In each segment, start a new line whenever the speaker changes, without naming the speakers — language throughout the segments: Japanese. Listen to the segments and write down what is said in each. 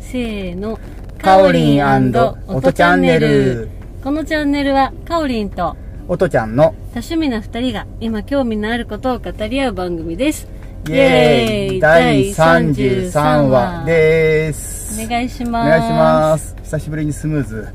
せーの
かおりんおとチャンネル
このチャンネルはかおりんと
おとちゃんの
多趣味な2人が今興味のあることを語り合う番組です
イエーイ第33話です
お願いし
お
ます
願いします久しぶりにスムーズ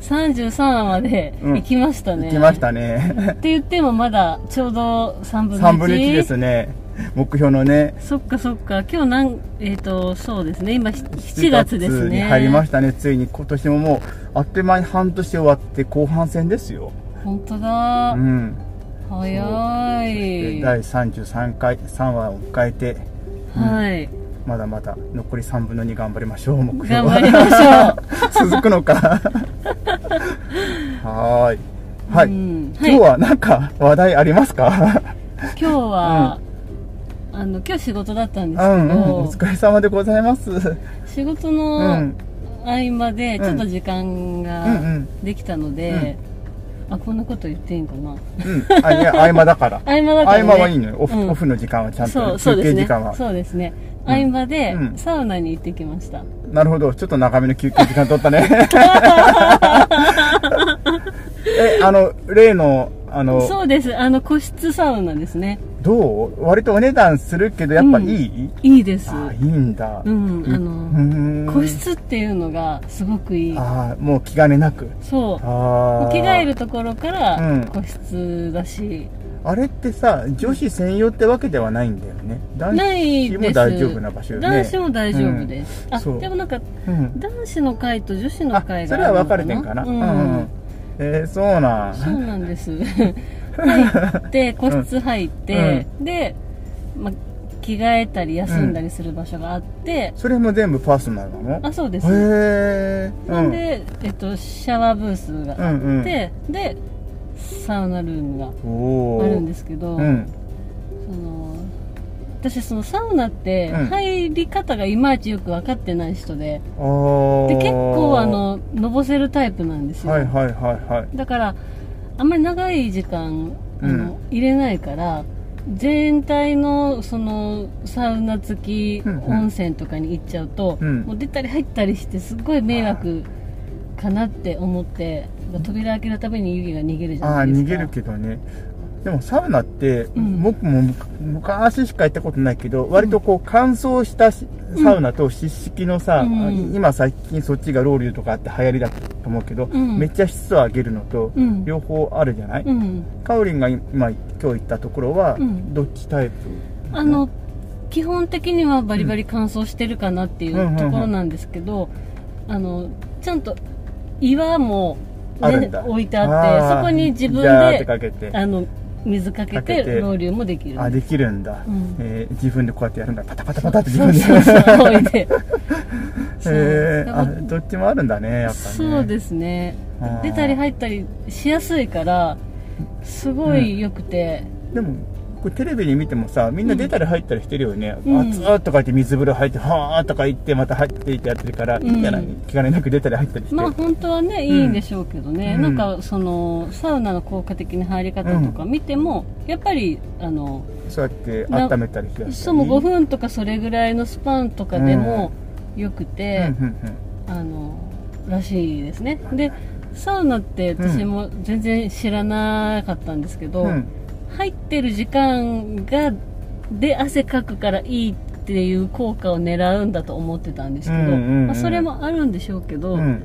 33話まで
うん
行きましたね、
来ましたね
って言ってもまだちょうど3分の1
3分の1ですね目標のね
そっかそっか今日なんえっ、とそうですね今7月です
に
ね
入りましたねついに今年ももうあっという間に半年終わって後半戦ですよ
本当だ、
うん
早
で
い
第33回3話を迎えて
はい、
まだまだ残り3分の2頑張りましょう目標
頑張りまし
ょう 続くのかはーいはい、
うん
今日は何か話題ありますか
今日は、あの今日仕事だったん
う
ですけど、
んうんお疲れ様でございますう
仕事
んう
の
ん
合間で
うん
ちょっと時間
う
が
ん
できたので、あこんなこと言っていいんかな
うんあいや合間だから
合間だ
合
から、ね、
間はいいのよオフ,、
うん
オフの時間はちゃん
そ
と
うそう
休
です
憩時
ね
間は、
そうですね
うん
合間で
うん
サウナに行ってきました、
なるほどちょっと長めの休憩時間 取ったねえあの例のあの
そうですあの個室サウナですね
どう割とお値段するけどやっぱいい、
いいです
あいいんだ
うんあ
う
の、
ーん
個室っていうのがすごくいい
ああもう気兼ねなく
そう
ああ
着替えるところか
うん
ら個室だし、
あれってさ女子専用ってわけではないんだよね男
ないです
子も大丈夫な場所よね
男子も大丈夫です、
うん
あ
そう
でもなんか
うん
男子の会と女子の
あ
会
そ
が
れは分かれてんかな
うん、
うんうんえー、そうな
そうんなんです入って個室入って、で、ま、着替えたり休んだりする場所があって、
それも全部パーソナルなの
あそうです、
へえ
なんで、えっと、シャワーブース
う
があ
んうん
って、でサウナルームが
うんおお
あるんですけど、
うん
その私そのサウナって
うん
入り方がいまいちよく分かってない人で,、
あー
で結構あののぼせるタイプなんですよ、
はいはいはいはい
だからあんまり長い時間あの、入れないから全体のそのサウナ付き
うんうん
温泉とかに行っちゃうと、
うん
もう出たり入ったりしてすっごい迷惑かなって思って扉開けるたびに湯気が逃げるじゃ
あ
な
あ
いです
逃
か
げるけどねでもサウナって、
ん
僕もむ昔しか行ったことないけど割とこう乾燥したしサウナと湿式のさ、
うん
今最近そっちがロウリュとかあって流行りだと思うけど、
うん
めっちゃ湿度上げるのと、
うん
両方あるじゃない、
うん
カオリンが今今日行ったところは、
うん
どっちタイプ
あの基本的にはバリバリ乾燥してるかなってい
うん
うところなんですけど、あのちゃんと岩も、
ある
ね
んだ、
置いてあっ
あ
て
ー
そこに自分
ジャーって
で
かけて
あの水かけ
かけ
て
て
ロウリュもできる
あできるんだ、
うん
えー自分でこうやってやるんだパタパタパタって自
そう
分で
そうそう置い てそう
へえ
だ
あ
から
どっちもあるんだねやっぱね
そうですね
あー
出たり入ったりしやすいからすごい良くて、
でもこれテレビに見てもさみんな出たり入ったりしてるよね、
うん
熱ーっとか言って水風呂入ってはーっとか言ってまた入っていってやってるから、
ん
いいんじゃない気兼ねなく出たり入ったりして、
まあ本当はねいいんでしょうけどね、
うん
なんかそのサウナの効果的な入り方とか見ても、やっぱりあの
そうやって温めたり冷やしたり
その5分とかそれぐらいのスパンとかでもよくて、
うんうん
あのらしいですねでサウナって私も全然知らなかったんですけど、
うんうん
入ってる時間がで汗かくからいいっていう効果を狙うんだと思ってたんですけど、
うんうんうん
まあ、それもあるんでしょうけど、
うん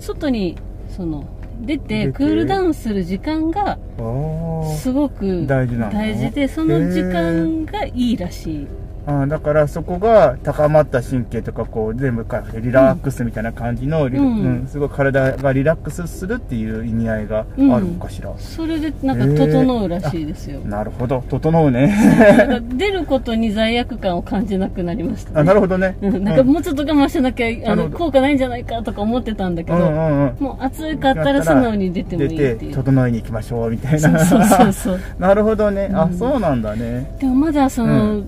外にその出
出
て
て
クールダウンする時間が
おー
すごく
大事なの
大事でその時間がいいらしい
あーだからそこが高まった神経とかこう全部回復してリラックスみたいな感じの、リ
うん
うんすごい体がリラックスするっていう意味合いがあるのかしら、
それでなんか整うらしいです よ、
なるほど整うね
なんか出ることに罪悪感を感じなくなりました、ね、
あなるほどね
うんなんかもうちょっと我慢しなきゃあ
なるほ
の
ど
効果ないんじゃないかとか思ってたんだけ
う
ど、
んうんうん
もう暑かったら素直に出てもいいってい
出て
う
整いに行きましょうみたい
そう
な
そうそうそう
なるほどねあ、
うん
そうなんだね
でもまだその、
う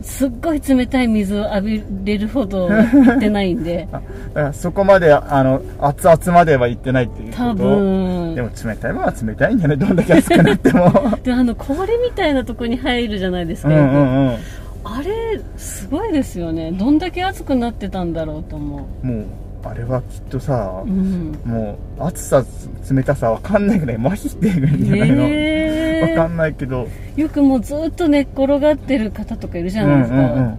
すっごい冷たい水を浴びれるほ ど行ってないんで
あだからそこまであの熱々までは行ってないっていうこと
多分
でも冷たいものは冷たいんじゃないどんだけ暑くなっても
であの氷みたいなとこに入るじゃないです
う
か、
んうんうん
あれれすごいですよねどんだけ暑くなってたんだろうと思
もうあれはきっとさ
う、うん
もう暑さ冷たさわかんないぐらい麻痺してるん じゃないの、
え
わかんないけど
よくもうずっと寝っ転がってる方とかいるじ
う
ゃ
んう
ない
ん
ですか、
うん
あ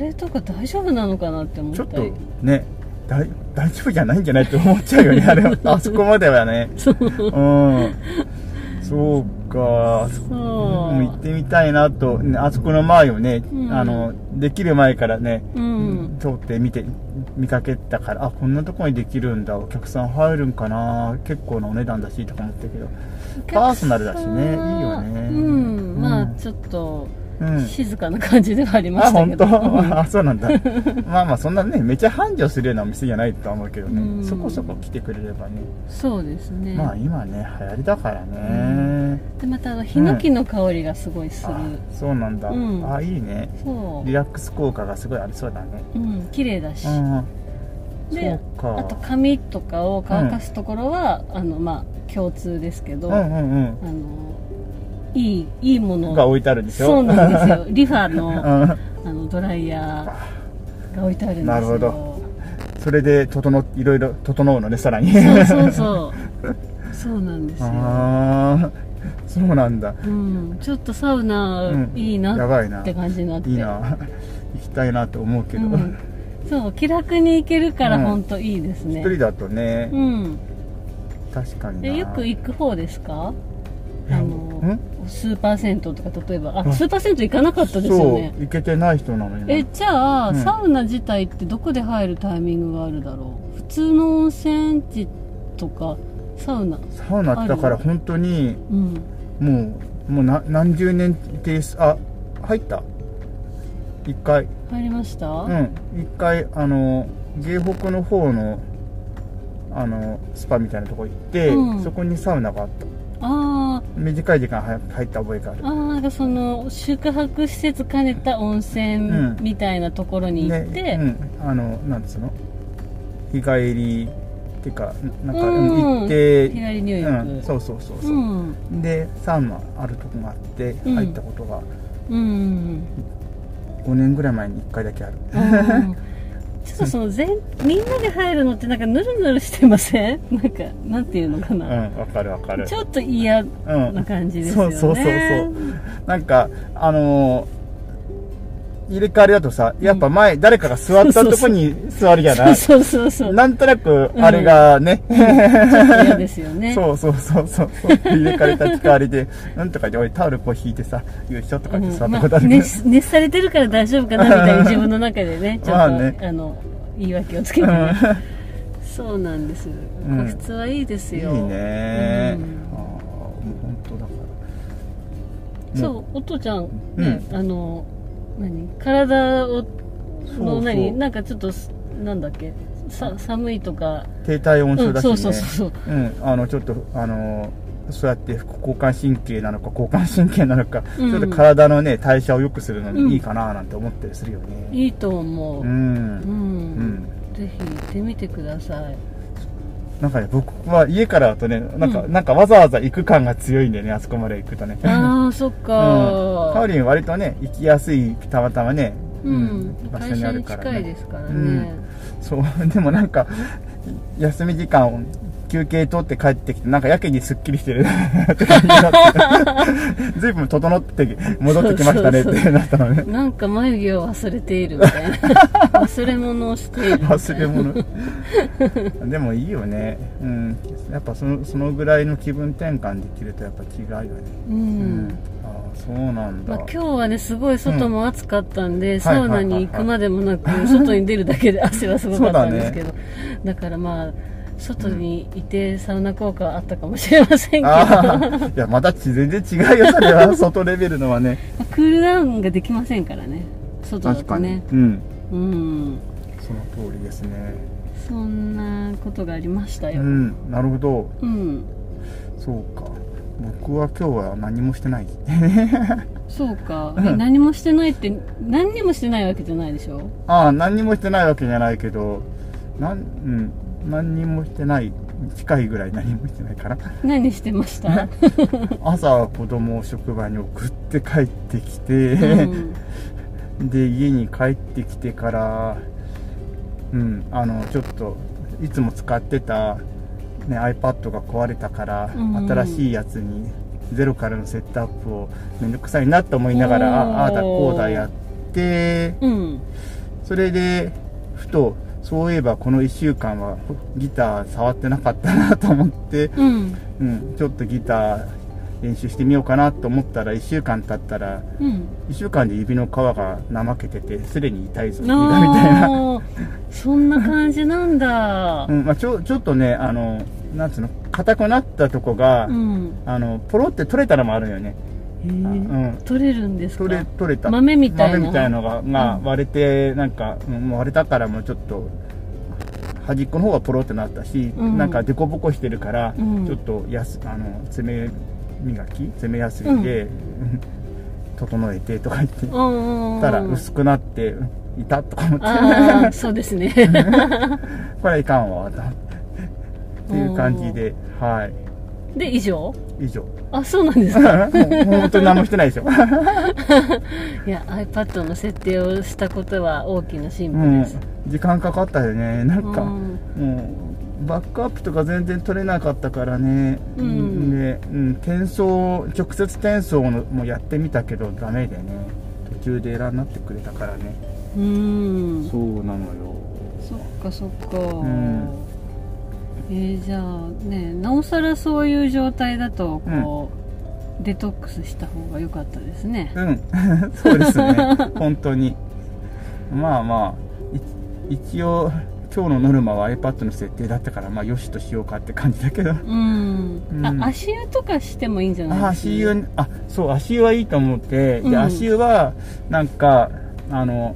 れとか大丈夫なのかなって思っ
ち
た
ょっ
り
とね大大丈夫じゃないんじゃないって思っちゃうよね あれはあそこまではねうんそうか
そう、
うん行ってみたいなと、ねあそこの前をね、
うん
あのできる前からね、
うん、
通って見て見かけたからあこんなとこにできるんだお客さん入るんかな結構なお値段だしとか思ったけどパーソナルだしねいいよね
うん、まあ
うん
ちょっと
うん
静かな感じではありま
あ
したけ
本
ど、
当 あそうなんだまあまあそんなねめちゃ繁盛するようなお店じゃないとは思うけどね、
うん
そこそこ来てくれればね、
そうですね、
まあ今ね流行りだからね、
でまたあのヒノキの香りがすごいする、
あそうなんだ、
うん
あいいね
そ
リラックス効果がすごいありそうだね
ううん綺麗だし、
うん
で
そう
あと
か
髪とかを乾かすところは、あのまあ共通ですけど、
うんうんうん
あのいいいいもの
が置いてあるんでしょ
そうなんです よリファの
うん
あのドライヤーが置いてあるんですよ
なるほどそれで整っいろいろ整うのねさらに
そうそうそうそうなんですよ、
ああそうなんだ
うん、ちょっとサウナ
うん
いい
や
な
ばい
っ
な
て感じになって、
いいな行きたいなと思うけど、
うん、そう気楽に行けるから
うん
本当いいですね
一人だとね、
うん
確かにな
でよく行く方ですか
い
あ
や
の
ん
スーパー銭湯とか例えば
うん
あスーパー銭湯行かなかったですよ
そう
ね
行けてない人なのよ
えじゃあ、
うん
サウナ自体ってどこで入るタイミングがあるだろう普通の温泉地とかサウナ
サウナってだから本当に
うん
もうもうな何十年ですあ入った一回
入りました、
うん一回あの芸北の方のあのスパみたいなとこ行って、
うん
そこにサウナがあった
あ
短い時間は入った覚えがあ
ー
る
あーなんかその宿泊施設兼ねた温泉
ん
みたいなところに行って、
ねうん、あのなんつうの日帰りっていうかなんか、
うん
うん行って
日帰り入浴、
うん、そうそうそうそうう、
ん
でサウナあるとこがあって
うん
入ったことが
うん
5年ぐらい前に1回だけある、
うんちょっとその全みんなで入るのってなんかぬるぬるしてません なんかなんていうのか
う
な、
んわかるわかる
ちょっと嫌
う
なん感じです
そ
よ
う
ね
そうそうそうなんかあのー入れ替わりだとさやっぱ前、誰かが座ったとこに座るじゃない
そうそうそう
なんとなくあれがね、
ちょっと嫌ですよね
そうそうそうそうそう入れ替わり立ち替わりでなんとかで俺タオルこう引いてさよいしょとかって座
う
っ
んま
た
あ
ことあるけど、
熱熱されてるから大丈夫かなみたいに自分の中でねちょっと、
まあ
あ
ね
の言い訳をつけて、ね、そうなんです個室はいいです
いい
よ、
ね、
うん
ああもう本当だから
そうお父ちゃん、
うん
ねあの何体を
そうそ
の
う
何なんかちょっとすなんだっけさ寒いとか、
低体温症
う
だ
ん、
しね、
そうそうそうそう
うん、あのちょっとあのそうやって副交感神経なのか交感神経なのか、
うん
ちょっと体のね代謝を良くするの
う
に
ん
いいかななんて思ったりするよね
いいと思う、
う
うん
ん、うん
ぜひ行ってみてくださ い
なんかね僕は家からだとねなんか、
うん
なんかわざわざ行く感が強いんだよねあそこまで行くとね
あーそっ
うん、カオ
か、
リン割とね行きやすいたまたまね、
うん
場所
会
に
社
ある
に
から
近いで
ね
すからね、
うんそう でもなんか休み時間を休憩取って帰ってきてなんかやけにすっきりしてる って感じになって随分整って戻ってきましたねっ
そうそう
てなったのね
なんか眉毛を忘れているみ たいな忘れ物をしているみたいな
忘れ物でもいいよねうんやっぱそのそのぐらいの気分転換できるとやっぱ違うよね
う
うんああそうなん
まあ
だ、、
今日はねすごい外も暑かったんで、
ん
サウナに行くまでもなく、外に出るだけで 汗はすごかったんですけどだ,、からまあ外にいてサウナ効果はあったかもしれませんけど、まあ
ああいやまた全然違うよそれは外レベルのはね
クールダウンができませんからね外だ
確
と
かに、
ね
うん
うん
その通りですね
そんなことがありました
う
よ
んなるほど
うん
そうか僕は今日は何もしてない
そうか、
うん
え何もしてないって何にもしてないわけじゃないでしょ
ああ何にもしてないわけじゃないけどなんうん何にもしてない近いぐらい何もしてない かな
何してました
朝は子供を職場に送って帰ってきて、
うん
で家に帰ってきてからうんあのちょっといつも使ってた、ね、iPad が壊れたから、
うんうん
新しいやつにゼロからのセットアップを面倒くさいなと思いながら
おー
あああだこうだやって
うん
それでふとそういえばこの1週間はギター触ってなかったなと思って、
うん
うん、ちょっとギター練習してみようかなと思ったら1週間経ったら
うん
1週間で指の皮が怠けててすでに痛いぞ指がみたいな、
あーそんな感じなんだ
うんまあ、ちょちょっとねあのなんつうの硬くなったとこが、
うん、
あのポロって取れたのもあるよね、
へ
う
ー
ん、
取れるんですか
取れ取れた
豆みたいな
豆みたいのが、まあ
うん
割れてなんかうんもう割れたからもうちょっと端っこの方がポロってなったし、
うん
なんかデコボコしてるから、
うん
ちょっとやすあの爪磨き爪やすりで、 整えてとか言って
うんうん
たら薄くなって痛っとか思って
ああそうですね
これはいか んわと思ってっていう感じではい
で以上
以上 も
あそうなんですか
う本当に何もしてない でしょ
いや iPad の設定をしたことは大きな進歩
も
で
う
す、
時間かかったよねなんか、
うん
もうバックアップとか全然取れなかったからね、
うん
で、うん、転送直接転送のもやってみたけどダメでね途中でエラーになってくれたからね
うん
そうなのよ
そっかそっか、
ん
えーじゃあねなおさらそういう状態だとこう、デトックスした方が良かったですね
うん そうですね本当にまあまあい一応今日のノルマは iPad の設定だったからまあよしとしようかって感じだけど
うん、
うん
あ足湯とかしてもいいんじゃ
あ
ないですか
足湯にあそう足湯はいいと思って、
うん
で足湯はなんかあの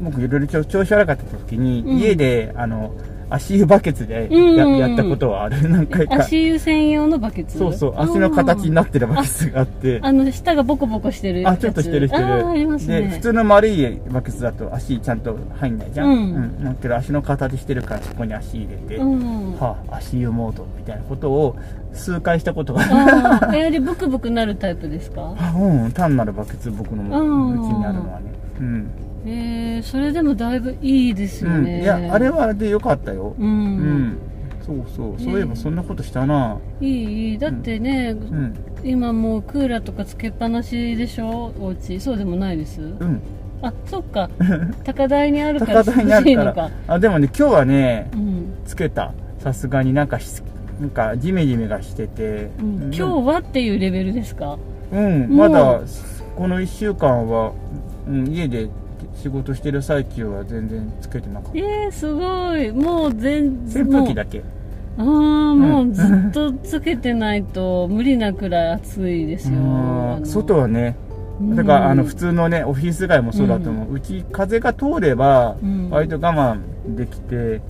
僕いろいろ調調子悪かった時に、
うん
家であの足湯バケツでや,、
うん
やったことはある何回か
足湯専用のバケツ
そうそう足の形に
な
なってるバケツがあって
あの下がボコボコしてるや
あ
つ
ちょっとしてるしてる
あーありますね
で普通の丸いバケツだと足ちゃんと入んないじゃん、
うん
うん、だけど足の形してるからそこに足入れて、
うんあ
はあ足湯モードみたいなことを数回したことが
ーえあれブクブクなるタイプですか
あうん単なるバケツ僕の
うん
うちにあるのはねうん、
えー、それでもだいぶいいです
う
よ
ん、
ね、
いやあれはあれでよかったよ
う、
うんん、そうそう
ね
そういえばそんなことしたない
いいいだってね、
うん
今もうクーラーとかつけっぱなしでしょお家そうでもないです
うん
あそっか高台にあるから
高台にあ
涼しい
るか
の
ら
か
あでもね今日はね
うん
つけたさすがになんかしなんかジメジメがしてて、
うん、今日
日
はっていうレベルですか
うん
もう
まだこの1週間は、うん、家で仕事してる最中は全然つけてなかっ
えー、すごいもう全
た扇風機
もう
だけ
あーも
う
うんずっとつけてないと 無理なくらい暑いですよ
あ
あ
ー
の
外はね
うん
だから、あの普通のねオフィス街もそうだと思う、うち風が通れば
うん
割と我慢できて、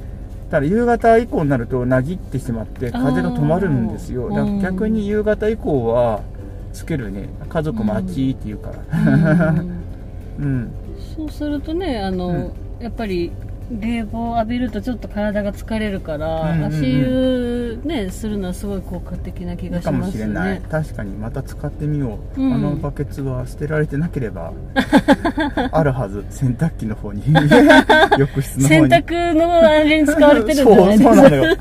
ただ夕方以降になるとなぎってしまって風が止まるんですよ
あー
だか
う
ら
ん
逆に夕方以降はつけるね家族もあっちって言うから
うん
うん、
そうするとねあの、やっぱり冷房を浴びるとちょっと体が疲れるから、
うんうんうん
足湯、ね、するのはすごい効果的な気
い
が
い
し
か
ま
も
す
し
ね
れない、確かにまた使ってみよう、
うん
あのバケツは捨てられてなけ ればあるはず洗濯機の方に浴室の 方
洗
に
濯のあれに使われてるんじゃないで
そうそう
すか
なのよ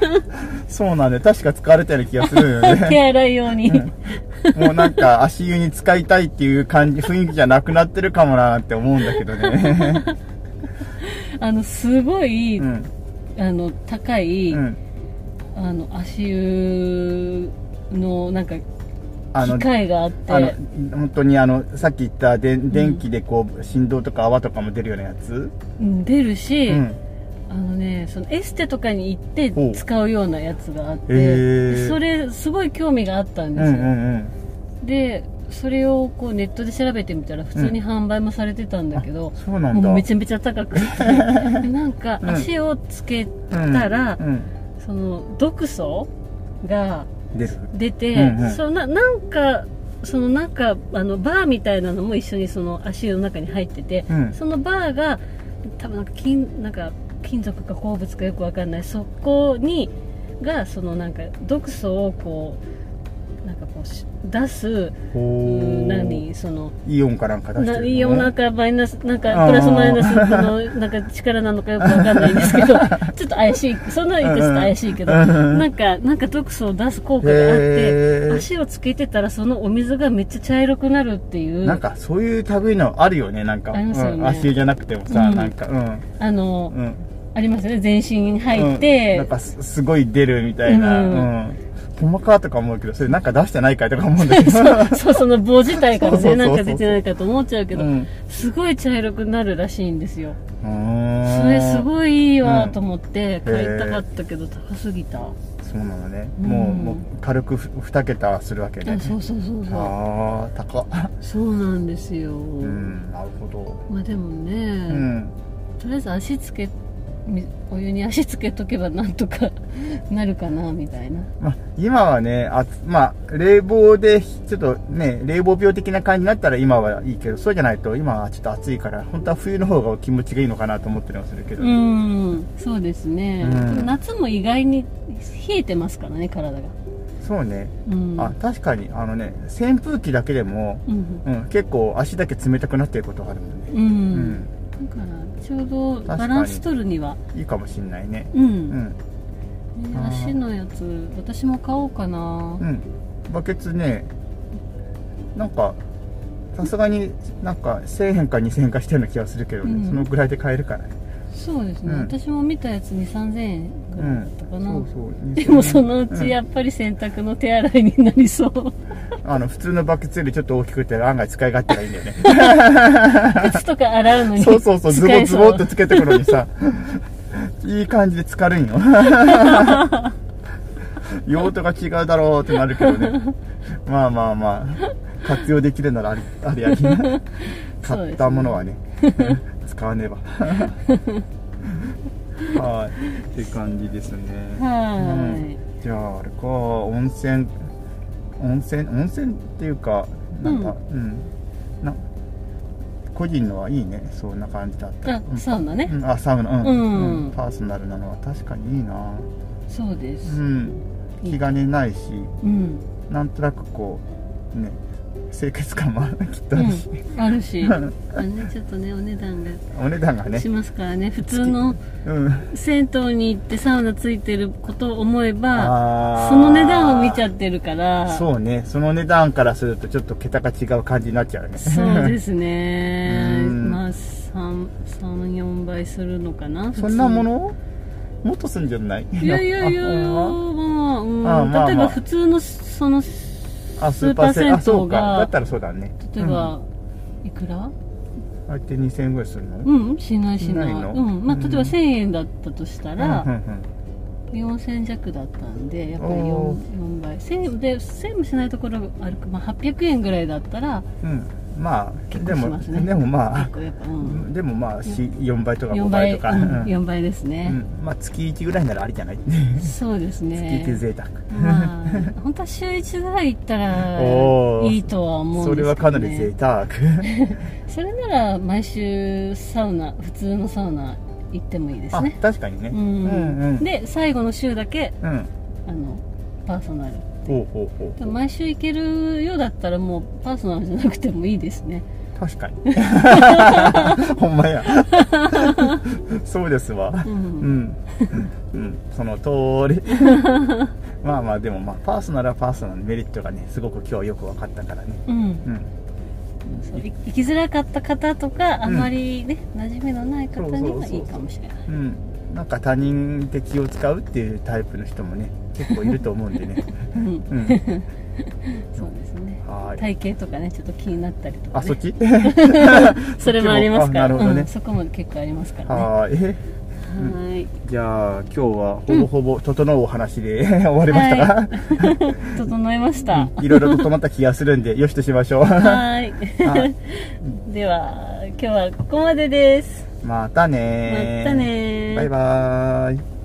そうなんで確か使われたような気がするよね
手洗い用に、
もうなんか足湯に使いたいっていう感じ、雰囲気じゃなくなってるかもなって思うんだけどね。
あのすごい、
うん。
あの高い、
うん。
あの足湯のなんか
あの
機、械があって
あの、本当にあの、さっき言ったで電気でこう、振動とか泡とかも出るようなやつ、
うん出るし、
うん。
あのねそのエステとかに行って
ほう
使うようなやつがあって、
へー
それすごい興味があったん
う
です
んう
よ、
んうん。
でそれをこうネットで調べてみたら普通に販売もされてたんだけど、
そうなんだ。
もうめちゃめちゃ高く てなんか
うん
足をつけ
ゃ
たら、
うん。うん
その毒素が
出る。
出て、
うんうん
そのななんかそのなんかあのバーみたいなのも一緒にその足湯の中に入ってて、
うん
そのバーが多分なんか金なんか金属か鉱物かよくわかんないそこにがそのなんか毒素をこうなんかここうし出す
ほう
何その
イオンかなんか出してるの、
イオンなんかマイナスなん
あー
かプラスマイナスのなんか力なのかよくわかんないん ですけどちょっと怪しいそんな言い方ちょっと怪しいけど
うんうん
なんかなんか毒素を出す効果があっ
へ
て
ー
足をつけてたらそのお水がめっちゃ茶色くなるっていう
なんかそういう類のあるよねなんか
ありますよね
うん、足湯じゃなくてもさ、
うん
なんかうん
あの、
うん
ありますよね全身入っ
うん
て、
なんかすすごい出るみたいな、う
うんん
細かとか思うけどそれなんか出してないかいとか思うんだけど
そう その棒自体から
そうそうそうそう
ねなんか出てないかと思っちゃうけど、
うん
すごい茶色くなるらしいんですよ
そ
それす
い
ごいいいわと思って
うん
買いたかったけど高すぎた、
そうなのね、
うん
もうもう軽くふ2桁はするわけね
あそうそうそうそう
ああ高っ
そうなんですよ、
うんなるほど
まあでもね、
うん
とりあえず足つけみお湯に足つけとけばなんとか なるかなみたいな
まあ、今はね、あまあ、冷房で、ちょっとね、冷房病的な感じになったら今はいいけど、そうじゃないと今はちょっと暑いから、本当は冬の方が気持ちがいいのかなと思ったりもするけど。
うんそうですね、
うん
でも夏も意外に冷えてますからね体が
そうね。
うん
あ、確かに、あのね、扇風機だけでも、
うん
うん、結構足だけ冷たくなってることがあるもんね。
う
うんん。
だからちょうど
かに
バランス取るにはい
いかもしんないね。
う、
うんん。
ね
あー
足のやつ私も買おうかな
うん。バケツね、なんか、さすがになんか1000円か2000円かしてるような気がするけどね、
うん
そのぐらいで買えるからね。
そうですね、
うん
私も見たやつ2 3 0 0 0円ぐらいだったかな、
そうそう。
でもそのうち
ん
やっぱり洗濯の手洗いになり そう
あの、普通のバケツよりちょっと大きくて案外使い勝手がいいんだよね。
靴とか洗うのに
そうそうそう、ズ
使
ボ
え
ズ
そ
ボ
う
っとつけてくの にさ、いい感じで浸かるんよ。 用途が違うだろうってなるけどね。まあまあまあ、活用できるならあり、ありあり。
そう
買
で
っ
す
た
ね
ものはね、使わね ば。はい。って感じですね。
はーい、
じゃああれか温泉温泉温泉っていうかなんかうん、な個人のはいいねそんな感じだった
あサウナね、
うん、あサウナうん、
うん
パーソナルなのは確かにいいな
そうで
う
す
ん
いい
気兼ねないし
うん、
なんとなくこうね清潔感もあるきっと
う
ある
ん
し、
あるしあ、ね、ちょっとねお値段
お値段が
が
ね
しますからね普通の
うん
銭湯に行ってサウナついてることを思えば
あー
その値段を見ちゃってるから
そうねその値段からするとちょっと桁が違う感じになっちゃうよね
そうですね
うん
まあ34倍するのかな
そんなも
普
のもっとすんじゃない
通にいやいやいやいや
あほんま
まあ、うん
あまあまあ
例えば普通のその
あ
スーパー銭湯が
あそうかだったらそうだね
例えば、いくら
うんあれって2000円ぐらいするのうん
うんしないしない
しないの
うんまあ、
うん
例えば1000円だったとしたら、
うんうん
4000弱だったんでやっぱり 4,
おー
4倍1000円で1000円もしないところがあるか、まあ、800円ぐらいだったら
うんまあ
結
で
構し
も
ますね
でもまあ
結構やっぱ、うん、
でもまあし4倍とか5
4
倍
倍
とか
う
うんん
4倍です
う
ね、
んまあ月1ぐらいならありじゃない
そうです
月
ね
1贅沢
まあ、本当は週1ぐらい行ったら
おー
いいとは思う
そ
んで
れ
す
は
けど、ね、
かなり贅沢
それなら毎週サウナ普通のサウナ行ってもいいです
あ
ね
確かにね
う
うん
ん、
うん
で最後の週だけ
うん
あのパーソナル
ほうほうほう
毎週行けるようだったらもうパーソナルじゃなくてもいいですね
確 かに ほんまや そうですわ
う、
うんん、うん、その 通りまあまあでもまあパーソナルはパーソナルのメリットがねすごく今日よく分かったからね
うん
うん
そうい行きづらかった方とかあんまりね、馴染みのない方に
そうそうそう
は
そう
いいかもしれない
うんなんか他人で気を使うっていうタイプの人もね結構いると思うん でね
うん
うん
そうですね
はーい
体型とかねちょっと気になったりとか、ね、
あそ っち
それもありますから
あなるほどね
うん、そこも結構ありますからねは
はーい
ーい
じゃあ今日はほぼほぼ整うお話で 終わりましたが、
整えました、
い、ろいろ整った気がするんでよしとしま しょう
はー
はい
い では今日はここまでです
また
ま
ねー
たねー
バイバーイ